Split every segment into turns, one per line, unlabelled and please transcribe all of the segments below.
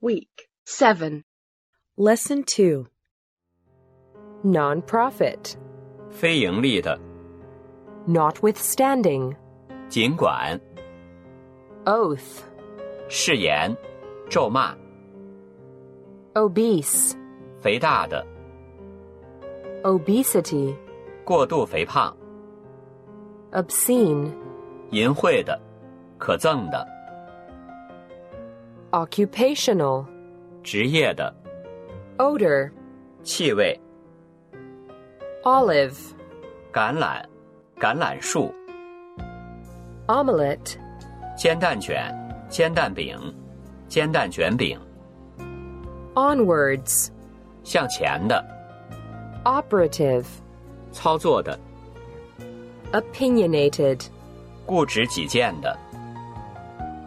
week. 7.
Lesson 2 Nonprofit.
非盈利的，
Notwithstanding.
尽管
Oath.
誓言、咒骂、
Obese.
肥大的、
Obesity.
过度肥胖、
Obscene.
淫秽的、可憎的、
Occupational.
职业的、
Odor.
气味、
Olive.
橄榄、橄榄树、
Omelette.
煎蛋卷、煎蛋饼、煎蛋卷饼、
Onwards.
向前的、
Operative.
操作的、
Opinionated.
固执己见的、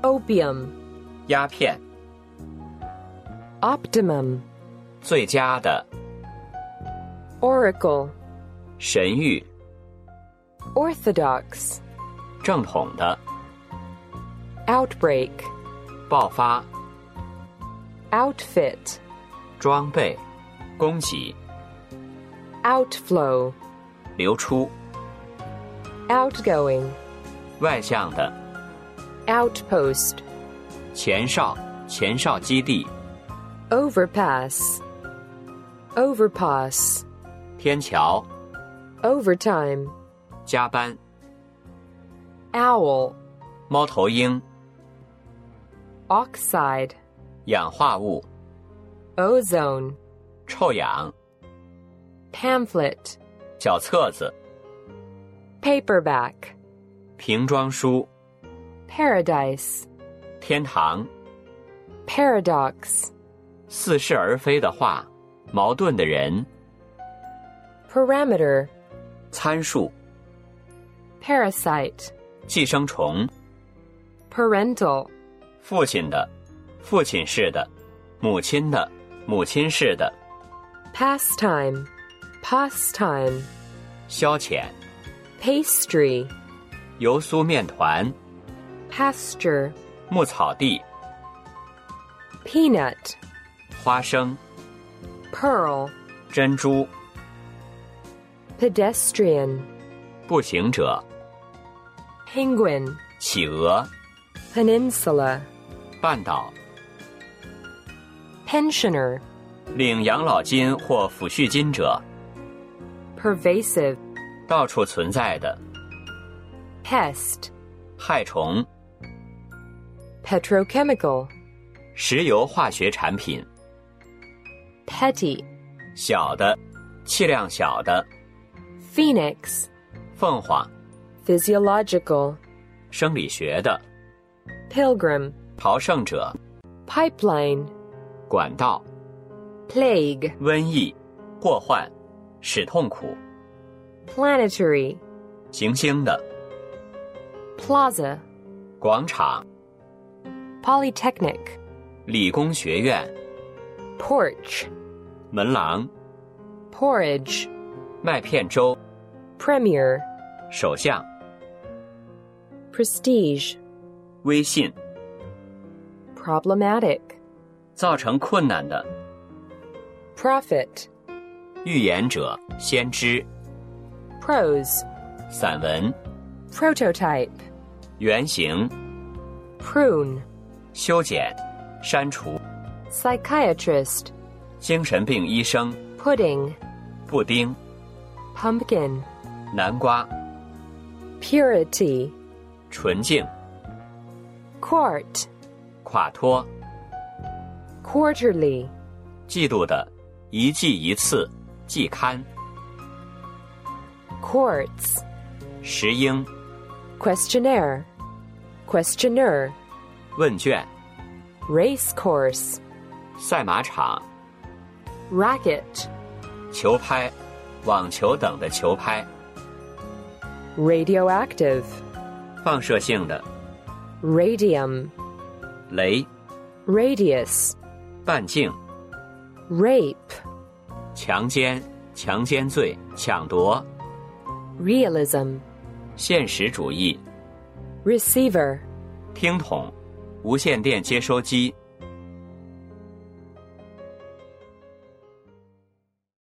Opium.
鸦片、
Optimum.
最佳的、
Oracle.
神谕、
Orthodox.
正统的、
Outbreak.
爆发、
Outfit.
装备、供给、
Outflow.
流出、
Outgoing.
外向的。
Outpost.
前哨前哨基地
Overpass. Overpass.
天桥
Overtime.
加班
Owl.
猫头鹰
Oxide.
氧化物
Ozone.
臭氧
Pamphlet.
小册子
Paperback.
瓶装书
Paradise.
天堂
Paradox.
似是而非的话矛盾的人
Parameter.
参数
Parasite.
寄生虫
Parental.
父亲的父亲式的母亲的母亲式的
Pastime. Pastime.
消遣
Pastry.
油酥面团
Pasture.
牧草地
Peanut.
花生
Pearl.
珍珠
Pedestrian.
步行者
Penguin.
企鹅
Peninsula.
半岛。
Pensioner.
领养老金或抚恤金者，
Pervasive.
到处存在的
Pest.
害虫、
Petrochemical.
石油化学产品，
Petty.
小的、气量小的、
Phoenix.
凤凰、
Physiological.
生理学的、
Pilgrim.
朝圣者、
Pipeline.
管道、
Plague.
瘟疫、祸患、使痛苦、
Planetary.
行星的、
Plaza.
广场、
Polytechnic.
理工学院、
Porch.
门廊、
Porridge.
麦片粥、
Premier.
首相、
Prestige.
微信，
Problematic.
造成困难的
Prophet.
预言者、先知、
Prose.
散文、
Prototype.
原型。
Prune.
修剪、删除、
Psychiatrist.
精神病医生、
Pudding.
布丁、
Pumpkin.
南瓜、
Purity.
纯净、
Quart.
垮脱、
Quarterly.
季度的、一季一次、季刊、
Quartz.
石英、
Questionnaire. Questionnaire.
问卷、
Race course.
赛马场、
Racket.
球拍、网球等的球拍、
Radioactive.
放射性的
Radium.
雷、
Radius.
半径、
Rape.
强奸、强奸罪、抢夺、
Realism.
现实主义、
Receiver.
听筒、无线电接收机、